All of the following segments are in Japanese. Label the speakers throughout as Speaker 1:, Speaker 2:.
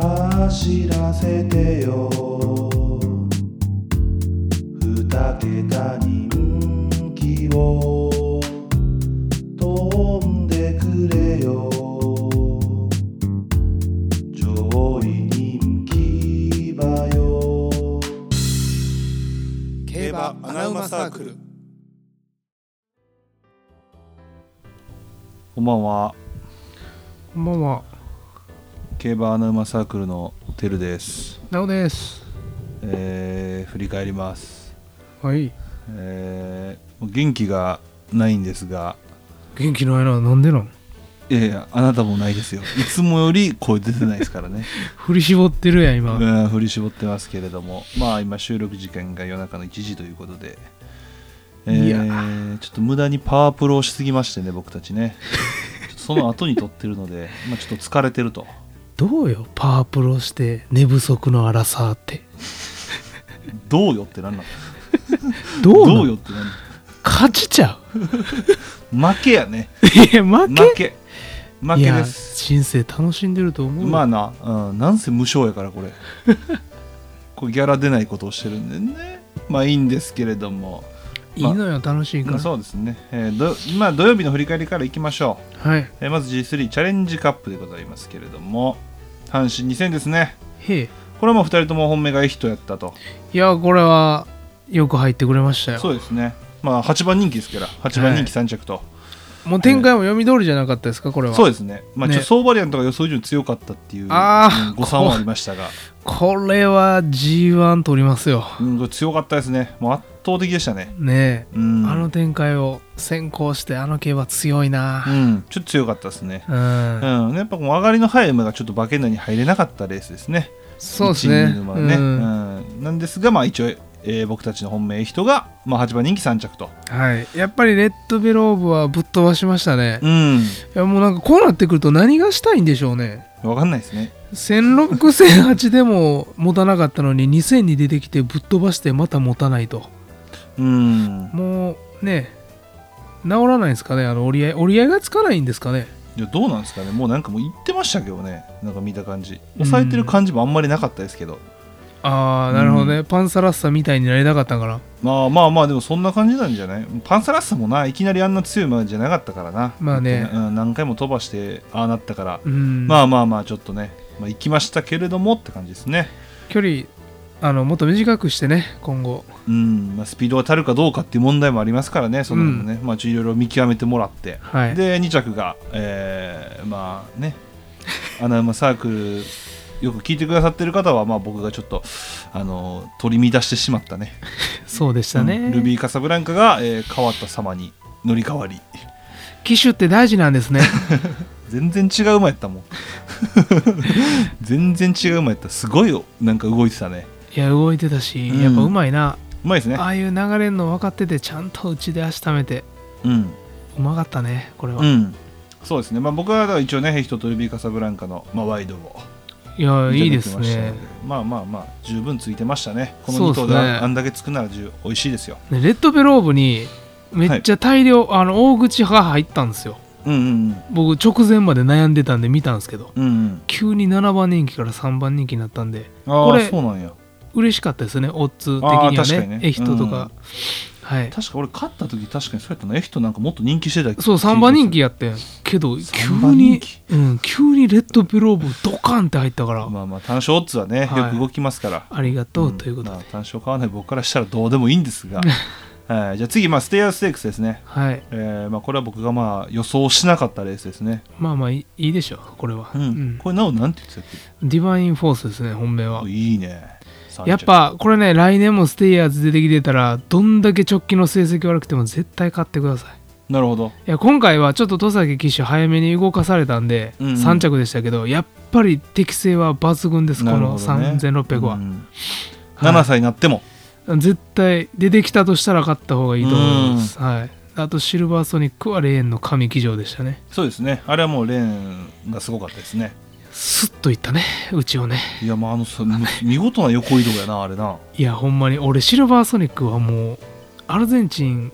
Speaker 1: 走らせてよ二桁人気を飛んでくれよ上位人気馬よ
Speaker 2: 競馬アナウマサークル
Speaker 3: こんばんは
Speaker 4: こんばんは、
Speaker 3: 競馬アナウマサークルのてるです、
Speaker 4: なおです。
Speaker 3: えー振り返ります、
Speaker 4: はい、
Speaker 3: えーもう元気がないんですが
Speaker 4: 元気ないな、なんでなん。
Speaker 3: いやいやあなたもないですよいつもより声出てないですから ね、
Speaker 4: 振り絞ってるやん、今。
Speaker 3: うん、振り絞ってますけれどもまあ今収録時間が夜中の1時ということでえー
Speaker 4: いや
Speaker 3: ちょっと無駄にパワープロをしすぎましてね僕たちねちょっとその後に撮ってるので、まあ、ちょっと疲れてると
Speaker 4: どうよ、パワープロして、寝不足の荒さって。
Speaker 3: どうよってなんなの
Speaker 4: どうな
Speaker 3: ど
Speaker 4: ん
Speaker 3: うよってなんな
Speaker 4: 勝ちちゃう。
Speaker 3: の負けやね
Speaker 4: いや、負け。
Speaker 3: 負け負け
Speaker 4: いや、
Speaker 3: です
Speaker 4: 人生楽しんでると思う。
Speaker 3: まあな、うん、なんせ無償やからこれこれギャラ出ないことをしてるんでねまあいいんですけれども
Speaker 4: いいのよ、楽しいから。
Speaker 3: そうですね、えーどまあ、土曜日の振り返りからいきましょう、
Speaker 4: はい。
Speaker 3: えーまず G3 チャレンジカップでございますけれども阪神2000ですね
Speaker 4: へえ。
Speaker 3: これはもう2人とも本命がいい人やったと
Speaker 4: いや、これは。よく入ってくれました
Speaker 3: そ
Speaker 4: よ。
Speaker 3: うですねまあ8番人気ですから8番人気3着と、
Speaker 4: もう展開も読み通りじゃなかったですか、これは。
Speaker 3: そうですね、まあ、
Speaker 4: ね
Speaker 3: ちょ相場リアンとか予想以上に強かったっていう、
Speaker 4: あー
Speaker 3: うん誤算はありましたが、
Speaker 4: これは G1 取りますよ。
Speaker 3: うん、これ強かったですねもう圧倒的でしたね
Speaker 4: ねえ。
Speaker 3: うん
Speaker 4: あの展開を先行して、あの競馬強いな
Speaker 3: う。ん、ちょっと強かったですね。
Speaker 4: うん
Speaker 3: うん、やっぱこう上がりの速い馬がちょっと馬券内に入れなかったレースですね。
Speaker 4: そうですね。
Speaker 3: 1 2馬はね、
Speaker 4: う
Speaker 3: うんんなんですが、まあ、一応、えー僕たちの本命人が、まあ、8番人気3着と。
Speaker 4: はい。やっぱりレッドベローブはぶっ飛ばしましたね。い
Speaker 3: うん、
Speaker 4: やもうなんかこうなってくると何がしたいんでしょうね。
Speaker 3: わかんないですね。
Speaker 4: 1006、1008でも持たなかったのに2000に出てきてぶっ飛ばしてまた持たないと。
Speaker 3: うん、
Speaker 4: もうね、治らないんですかね。あの折り合い、折り合いがつかないんですかね。
Speaker 3: いやどうなんですかね、もうなんかもう言ってましたけどね、なんか見た感じ。抑えてる感じもあんまりなかったですけど、
Speaker 4: ああ、なるほどね。パンサラッサみたいになりたかったんかな。
Speaker 3: まあまあまあ、でもそんな感じなんじゃないパンサラッサもな、いきなりあんな強い馬じゃなかったからな、
Speaker 4: まあね
Speaker 3: うん、何回も飛ばして、ああなったから、
Speaker 4: うん。
Speaker 3: まあまあまあちょっとね、まあ、行きましたけれどもって感じですね、
Speaker 4: 距離、あの、もっと短くしてね、今後。
Speaker 3: うんまあ、スピードが足るかどうかっていう問題もありますからねその辺もね、まあちょいろいろ見極めてもらって、
Speaker 4: はい。
Speaker 3: で2着が、えーまあね穴馬サークルよく聞いてくださってる方は、まあ、僕がちょっと、あの取り乱してしまったね
Speaker 4: そうでした
Speaker 3: う
Speaker 4: ね
Speaker 3: ん。ルビーカサブランカが、えー変わった様に乗り換わり
Speaker 4: 機種って大事なんですね。
Speaker 3: 全然違う馬やった もん全然違う馬やったすごいよなんか動いてたね
Speaker 4: いや動いてたし、
Speaker 3: うん
Speaker 4: やっぱうまいな、
Speaker 3: うまいですね
Speaker 4: ああいう流れんの分かっててちゃんとうちで足ためて
Speaker 3: うん
Speaker 4: うまかったねこれは、
Speaker 3: う
Speaker 4: い
Speaker 3: ん、そうですね、まあ、僕はだから一応ね、ヘヒトとルビーカサブランカの、まあ、ワイドを
Speaker 4: やいい
Speaker 3: 見
Speaker 4: で
Speaker 3: て
Speaker 4: す
Speaker 3: ましたの
Speaker 4: ね
Speaker 3: まあまあまあ、十分ついてましたね、この
Speaker 4: そう
Speaker 3: 2
Speaker 4: です
Speaker 3: 頭
Speaker 4: ね
Speaker 3: でああんだけつくなら十美味しいですよ。
Speaker 4: でレッドベローブにめっちゃ大量、あの大口が入ったんですよ
Speaker 3: うんうん
Speaker 4: 僕直前まで悩んでたんで見たんですけど
Speaker 3: うん、うん
Speaker 4: 急に7番人気から3番人気になったんで
Speaker 3: あ
Speaker 4: こ
Speaker 3: あ、
Speaker 4: れ
Speaker 3: そうなんや。
Speaker 4: 嬉しかったですねオッズ的
Speaker 3: あー
Speaker 4: に
Speaker 3: 確か
Speaker 4: は
Speaker 3: に
Speaker 4: ね
Speaker 3: ね
Speaker 4: エヒトとか、は
Speaker 3: 確
Speaker 4: い
Speaker 3: か俺、勝った時確かにそうやったな、エヒトなんかもっと人気してた
Speaker 4: そう3番人気
Speaker 3: や。
Speaker 4: やってんけど急
Speaker 3: 三番人
Speaker 4: に
Speaker 3: 気、
Speaker 4: うん、急にレッドベローブドカンって入ったから、
Speaker 3: まあまあ、単勝オッズはね、
Speaker 4: はい
Speaker 3: よく動きますから。
Speaker 4: ありがとうということで、
Speaker 3: まあ、単勝買わない僕からしたらどうでもいいんです が、はい、じゃあ次、まあ、ステイアーステークスですね。
Speaker 4: はい
Speaker 3: えーまあ、これは僕がまあ予想しなかったレースですね。
Speaker 4: まあまあいいいいでしょうこれは、
Speaker 3: うん
Speaker 4: うん
Speaker 3: これ、なお、なんて言ってたっけ
Speaker 4: ディバインフォースですね本命は
Speaker 3: おいいね三着
Speaker 4: やっぱこれね来年もステイヤーズ出てきてたらどんだけ直近の成績悪くても絶対買ってください
Speaker 3: なるほど
Speaker 4: いや今回はちょっと戸崎騎手早めに動かされたんで、
Speaker 3: うんうん
Speaker 4: 3着でしたけどやっぱり適性は抜群です、こ
Speaker 3: なる
Speaker 4: の
Speaker 3: ほどね
Speaker 4: 3600は
Speaker 3: う、ん7歳になっても、
Speaker 4: 絶対出てきたとしたら勝った方がいいと思います、はい、あとシルバーソニックはレーンの神騎乗でしたね
Speaker 3: そうですねあれはもうレーンがすごかったですね
Speaker 4: スッといったねうちをね
Speaker 3: いやまああのさむ見事な横移動やなあれない
Speaker 4: やほんまに俺シルバーソニックはもうアルゼンチン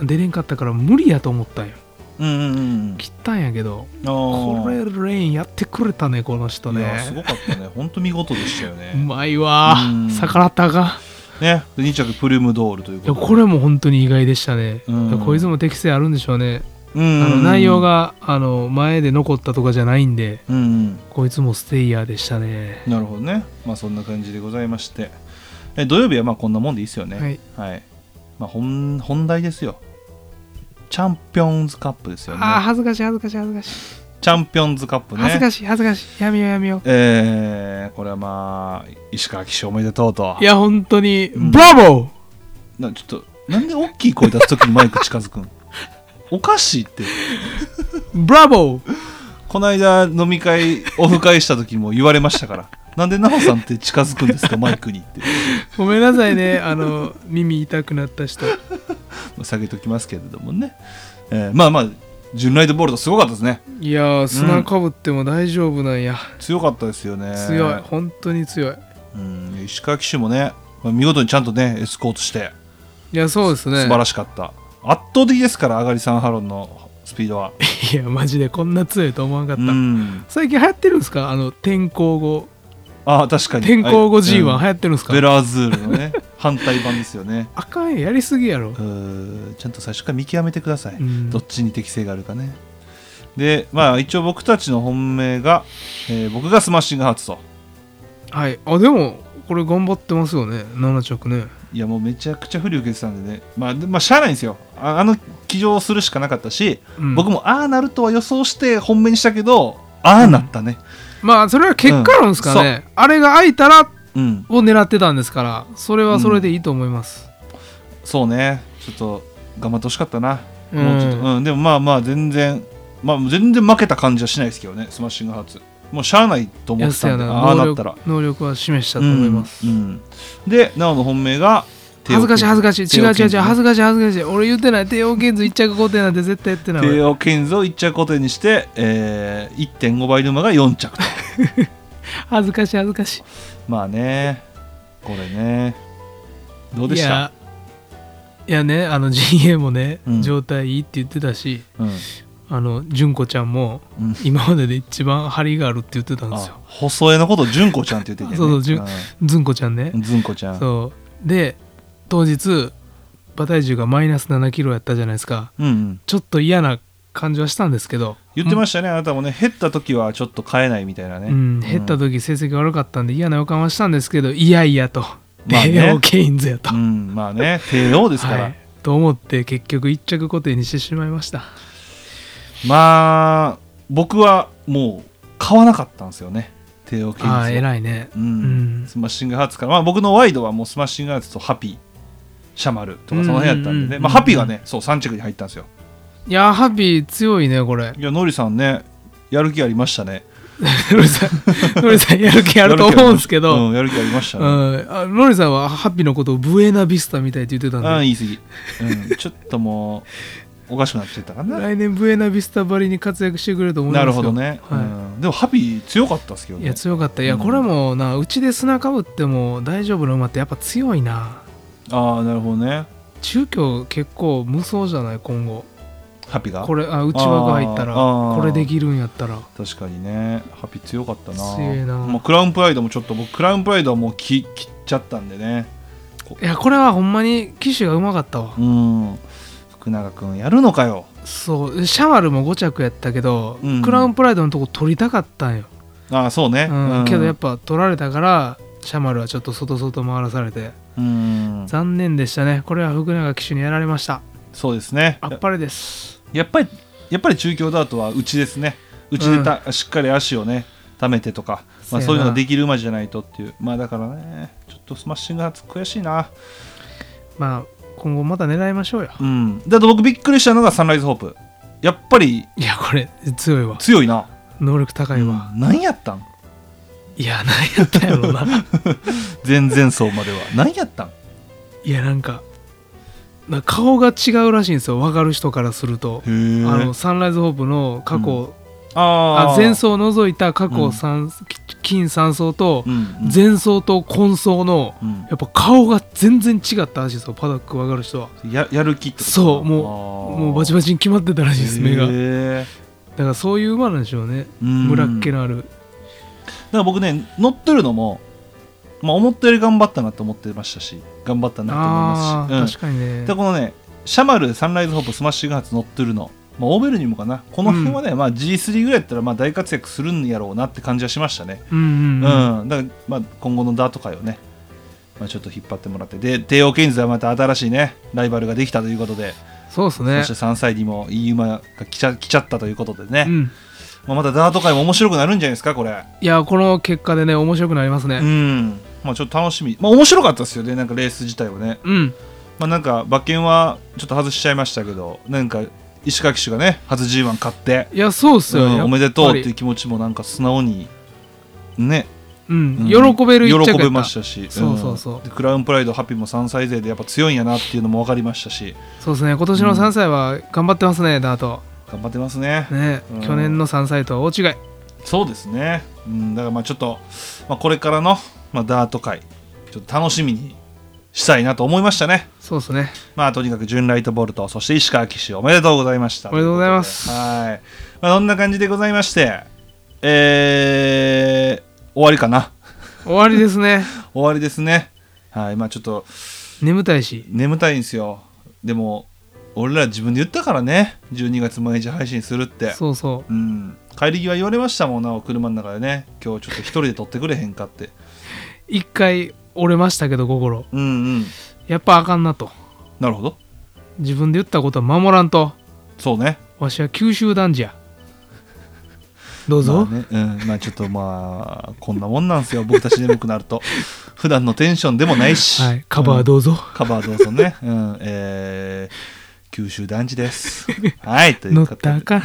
Speaker 4: 出れんかったから無理やと思ったんよ
Speaker 3: うんうんうん
Speaker 4: 切ったんやけど
Speaker 3: あー
Speaker 4: これレーンやってくれたねこの人
Speaker 3: いやすご
Speaker 4: ね
Speaker 3: かった ね本当見事でしたよ
Speaker 4: う
Speaker 3: ね
Speaker 4: まいわ
Speaker 3: うん
Speaker 4: 逆らったらあか
Speaker 3: ねで2着プルームドールというんこ
Speaker 4: いや
Speaker 3: と
Speaker 4: これも本当に意外でしたね、
Speaker 3: うん
Speaker 4: いやこいつも適性あるんでしょうね、
Speaker 3: うん
Speaker 4: あの内容があの前で残ったとかじゃないんで
Speaker 3: うんうん
Speaker 4: こいつもステイヤーでしたね
Speaker 3: なるほどねまあそんな感じでございましてえ土曜日はまあこんなもんでいいですよね
Speaker 4: はい
Speaker 3: はいまあ本本題ですよチャンピオンズカップですよね
Speaker 4: ああ恥ずかしい恥ずかしい恥ずかしい
Speaker 3: チャンピオンズカップね
Speaker 4: 恥ずかしい恥ずかしいやめようやめよ
Speaker 3: えーこれはまあ石川騎手おめでとうと
Speaker 4: ういや本当に、
Speaker 3: うん
Speaker 4: ブラボー
Speaker 3: なちょっとなんで大きい声出す時にマイク近づくん おかしいって
Speaker 4: ブラボー
Speaker 3: この間飲み会オフ会した時も言われました からなんで奈穂さんって近づくんですかマイクにって
Speaker 4: ごめんなさいね、あ の、耳痛くなった人。
Speaker 3: 下げときますけれどもね、えーまあまあジュンライドボルトすごかったですね
Speaker 4: いやー、砂かぶっても大丈夫なんや。
Speaker 3: 強かったですよね
Speaker 4: 強い、本当に強い。
Speaker 3: うん石川騎手もねまあ見事にちゃんとねエスコートして
Speaker 4: いや、そうですね。
Speaker 3: 素晴らしかった、圧倒的ですからあがりさんハロンのスピードは、
Speaker 4: いや、マジでこんな強いと思わんかった。
Speaker 3: うん、
Speaker 4: 最近流行ってるんですかあの、天候語。
Speaker 3: あ確かに
Speaker 4: 天候語
Speaker 3: はい
Speaker 4: G1 流
Speaker 3: うん
Speaker 4: 行ってるんですか、
Speaker 3: ベラアズールの ね反対版ですよね
Speaker 4: あかんやん、やりすぎやろ
Speaker 3: う。ーちゃんと最初から見極めてください、
Speaker 4: うん
Speaker 3: どっちに適性があるかねでまあ一応僕たちの本命が、えー僕がスマッシングハーツと
Speaker 4: はい。あ、でも、これ頑張ってますよね、7着ね。
Speaker 3: いやもうめちゃくちゃ不利受けてたんでねまあ、でまあ、しゃあないんですよああの騎乗するしかなかったし、
Speaker 4: うん
Speaker 3: 僕もああなるとは予想して本命にしたけどああなったね
Speaker 4: まあ、それは結果論ですかね。あれが開いたら
Speaker 3: うん、
Speaker 4: を狙ってたんですから、それはそれでいいと思います。
Speaker 3: そうねちょっと頑張ってほしかったな、
Speaker 4: うん
Speaker 3: もうちょっと、うん、でもまあまあ全然まあ全然負けた感じはしないですけどねスマッシングハーツもうしゃあないと思
Speaker 4: や
Speaker 3: って
Speaker 4: つ
Speaker 3: た
Speaker 4: や
Speaker 3: んで
Speaker 4: な
Speaker 3: ああな
Speaker 4: 能
Speaker 3: ったら
Speaker 4: 力能力は示したと思います、
Speaker 3: うんうんでなおの本命が
Speaker 4: 恥ずかしい恥ずかしい違う違う違う恥
Speaker 3: ず
Speaker 4: ずかしい恥ずかしい俺言ってない帝王ンズ1着5点なんて絶対やってない
Speaker 3: 帝
Speaker 4: 俺
Speaker 3: 王健三を1着固定にして、えー、1.5倍馬が4着と
Speaker 4: 恥ずかしい恥ずかしい
Speaker 3: まあねこれねどうでし
Speaker 4: いや
Speaker 3: た
Speaker 4: いやねあの陣営もね、
Speaker 3: うん
Speaker 4: 状態いいって言ってたし
Speaker 3: うん、
Speaker 4: あの純子ちゃんも
Speaker 3: うん
Speaker 4: 今までで一番張りがあるって言ってたんです
Speaker 3: あ
Speaker 4: よ
Speaker 3: 細江のこと純子ちゃんって言ってて、ね、
Speaker 4: そうそう純ずんこちゃんね
Speaker 3: う、んずんこちゃんう,、
Speaker 4: そうで当日馬体重がマイナス7キロやったじゃないですか
Speaker 3: んうん、
Speaker 4: ちょっと嫌な感じはしたんですけど
Speaker 3: 言ってましたね、あなたもね減った時はちょっと買えないみたいなね、
Speaker 4: うん、減った時成績悪かったんで嫌な予感はしたんですけどいやいやと
Speaker 3: まあね
Speaker 4: 帝王ケインズやと、
Speaker 3: うんまあね帝王ですから、
Speaker 4: はいと思って結局一着固定にしてしまいました
Speaker 3: まあ僕はもう買わなかったんですよね帝王健三
Speaker 4: ああ偉いね
Speaker 3: う
Speaker 4: うん
Speaker 3: ん、スマッシングハーツから、まあ、僕のワイドはもうスマッシングハーツとハピーシャマルとかその辺やった
Speaker 4: うんうん
Speaker 3: ん
Speaker 4: うん
Speaker 3: でね、
Speaker 4: うん
Speaker 3: まあ、ハピーがねそう3着に入ったんですよ
Speaker 4: いやーハビー強いねこれ
Speaker 3: いやノリさんねやる気ありましたね
Speaker 4: ノリさんノリさんやる気あると思うんですけど
Speaker 3: うんやる気ありました
Speaker 4: う
Speaker 3: ね
Speaker 4: んあノリさんはハッピーのことをブエナビスタみたいって言ってた
Speaker 3: うんん
Speaker 4: で、
Speaker 3: 言い過ぎ、うん、ちょっともうおかしくなってたかな
Speaker 4: 来年ブエナビスタばりに活躍してくれると思います
Speaker 3: な
Speaker 4: よ
Speaker 3: るほどね、
Speaker 4: はい
Speaker 3: うん、でもハピー強かったっすけど
Speaker 4: い
Speaker 3: ね
Speaker 4: や強かったいや
Speaker 3: うん
Speaker 4: これもなうちで砂かぶっても大丈夫な馬ってやっぱ強いな
Speaker 3: ああなるほどね
Speaker 4: 中京結構無双じゃない今後
Speaker 3: ハピーが
Speaker 4: これあ内輪が入ったら
Speaker 3: あーあー
Speaker 4: これできるんやったら
Speaker 3: 確かにねハピー強かったな
Speaker 4: 強いな
Speaker 3: まあ、クラウンプライドもちょっと僕クラウンプライドはもう切切っちゃったんでね
Speaker 4: いやこれはほんまに騎手がうまかったわ
Speaker 3: うん福永君やるのかよ
Speaker 4: そうシャワルも5着やったけど、
Speaker 3: うん
Speaker 4: クラウンプライドのとこ取りたかったんよ、
Speaker 3: ああそうね、
Speaker 4: うん
Speaker 3: うん
Speaker 4: けどやっぱ取られたからシャマルはちょっと外外回らされて
Speaker 3: うん
Speaker 4: 残念でしたねこれは福永騎手にやられました
Speaker 3: そうですね
Speaker 4: あっぱれです
Speaker 3: やっぱりやっぱり中京ダートはうちですねうちでた、しっかり足をね溜めてとか、まあ、
Speaker 4: そ
Speaker 3: そうう
Speaker 4: やな
Speaker 3: いうのができる馬じゃないとっていうまあだからねちょっとスマッシングハーツ悔しいな
Speaker 4: まあ今後また狙いましょうよ
Speaker 3: うんだと僕びっくりしたのがサンライズホープやっぱり
Speaker 4: いやこれ強いわ
Speaker 3: 強いな、
Speaker 4: 能力高いわ、
Speaker 3: うん何やったん
Speaker 4: いや何やったんや ろな
Speaker 3: 前々走までは 何やったん
Speaker 4: いやなんかな顔が違うらしいんですよ分かる人からすると
Speaker 3: へえ
Speaker 4: あのサンライズホープの過去、
Speaker 3: あー
Speaker 4: あ前走を除いた過去
Speaker 3: うん
Speaker 4: 3、き金3層と
Speaker 3: うんうん
Speaker 4: 前層と混層の
Speaker 3: うん
Speaker 4: やっぱ顔が全然違ったらしいですよパダック分かる人は
Speaker 3: ややる気ってこと
Speaker 4: そう
Speaker 3: も
Speaker 4: もうバチバチに決まってたらしいです目がだ
Speaker 3: へー
Speaker 4: からそういう馬なんでしょうね
Speaker 3: うん
Speaker 4: 村っ気のある
Speaker 3: だから僕ね乗ってるのも、まあ、思ったより頑張ったなと思ってましたし頑張ったなと思い
Speaker 4: ああ
Speaker 3: ますし、
Speaker 4: 確かに
Speaker 3: う
Speaker 4: ね
Speaker 3: ん、でこのねシャマルサンライズホープスマッシュガーツ乗ってるの、まあ、オーベルニムかなこの辺はね、まあ、G3 ぐらいやったらまあ大活躍するんやろうなって感じはしましたね、
Speaker 4: うん
Speaker 3: う
Speaker 4: うんうん
Speaker 3: んだから、まあ、今後のダート界をね、まあ、ちょっと引っ張ってもらってで帝王ケインズはまた新しいねライバルができたということで、
Speaker 4: そうです
Speaker 3: そ
Speaker 4: ね
Speaker 3: して3歳にもいい馬が来ちゃ来ちゃったということでね、
Speaker 4: うん
Speaker 3: まあ、またダート界も面白くなるんじゃないですかこれ。
Speaker 4: いやこの結果でね面白くなります
Speaker 3: う
Speaker 4: ね
Speaker 3: ん、まあちょっと楽しみ、まあ面白かったですよね、なんかレース自体はね、
Speaker 4: うん
Speaker 3: まあなんか馬券はちょっと外しちゃいましたけど、なんか石垣騎手がね、初 G1 勝って、
Speaker 4: いやそうっすよ
Speaker 3: うん
Speaker 4: やっぱり
Speaker 3: おめでとうっていう気持ちもなんか素直にね、
Speaker 4: うん
Speaker 3: うん
Speaker 4: 喜べる一着やった
Speaker 3: 喜べましたし、
Speaker 4: そうそうそうん
Speaker 3: でクラウンプライド、ハッピーも3歳勢でやっぱ強いんやなっていうのも分かりましたし、
Speaker 4: そうですね今年の3歳は頑張ってますねダート
Speaker 3: 頑張ってますね。
Speaker 4: ね
Speaker 3: うん
Speaker 4: 去年の3歳とは大違い
Speaker 3: そうですね、うん、だからまあちょっと、まあ、これからの、まあ、ダート界、ちょっと楽しみにしたいなと思いましたね。
Speaker 4: そうですね
Speaker 3: まあとにかく純ライトボルトそして石川騎手おめでとうございました
Speaker 4: おめでとうございます
Speaker 3: はい、まあ、そんな感じでございましてえー、終わりかな
Speaker 4: 終わりです ね
Speaker 3: 終わりですねはいまあちょっと
Speaker 4: 眠たいし
Speaker 3: 眠たいんですよでも俺ら自分で言ったからね12月毎日配信するって
Speaker 4: そうそう
Speaker 3: うん帰り際言われましたもんな車の中でね今日ちょっと一人で撮ってくれへんかって
Speaker 4: 一回折れましたけど心
Speaker 3: うんうん
Speaker 4: やっぱあかんなと
Speaker 3: なるほど
Speaker 4: 自分で言ったことは守らんと
Speaker 3: そうね
Speaker 4: わしは九州男児やどう
Speaker 3: ま
Speaker 4: ぞ、
Speaker 3: あねうん、まあちょっとまあこんなもんなんですよ僕たち眠くなると 普段のテンションでもないし、
Speaker 4: はい、カバーどうぞ、
Speaker 3: うんカバーどうぞね、うんえー九州男児です はいとい
Speaker 4: 乗
Speaker 3: う
Speaker 4: っ
Speaker 3: こと
Speaker 4: たらあ
Speaker 3: で
Speaker 4: かん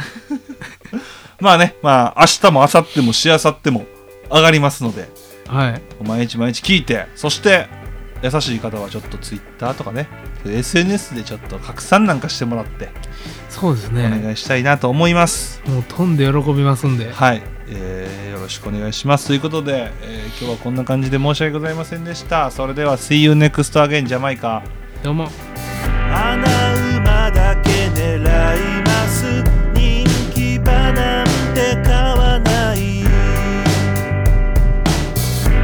Speaker 3: まあねまあ明日も明後日もしあさっても上がりますので
Speaker 4: はい
Speaker 3: 毎日毎日聞いてそして優しい方はちょっとツイッターとかね SNS でちょっと拡散なんかしてもらって
Speaker 4: そうです
Speaker 3: お
Speaker 4: ね
Speaker 3: 願いしたいなと思います、
Speaker 4: もう飛んで喜びますんで
Speaker 3: はい、えーよろしくお願いしますということで、えー今日はこんな感じで申し訳ございませんでしたそれでは See you next again ジャマイカ
Speaker 4: どうも
Speaker 1: 穴馬だけ狙います人気馬なんて買わない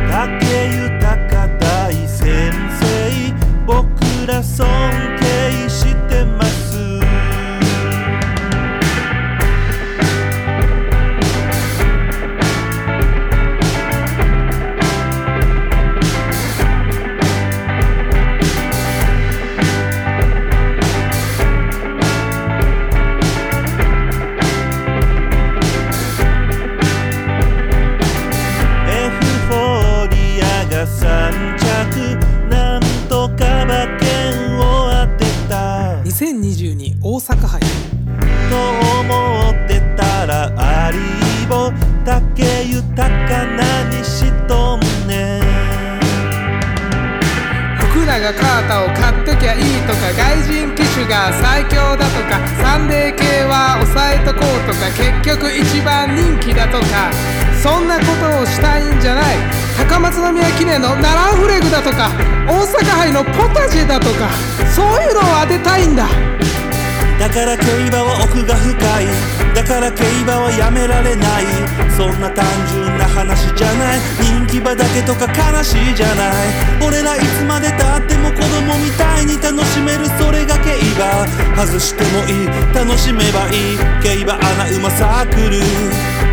Speaker 1: 竹豊大先生僕ら尊敬してますエフフォーリアが3着なんとか馬券を当てた
Speaker 2: 2022大阪杯
Speaker 1: と思ってたらアリーボ竹豊何しとんねん
Speaker 2: 福永カータを買っときゃいいとか外人機種が最強だとかサンデー系は抑えとこうとか結局一番人気だとかそんなことをしたいんじゃない高松宮記念のナランフレグだとか大阪杯のポタジェだとかそういうのを当てたいんだ
Speaker 1: だから競馬は奥が深いだから競馬はやめられないそんな単純な話じゃない人気馬だけとか悲しいじゃない俺らいつまでたっても子供みたいに楽しめるそれが競馬外してもいい楽しめばいい競馬アナウマサークル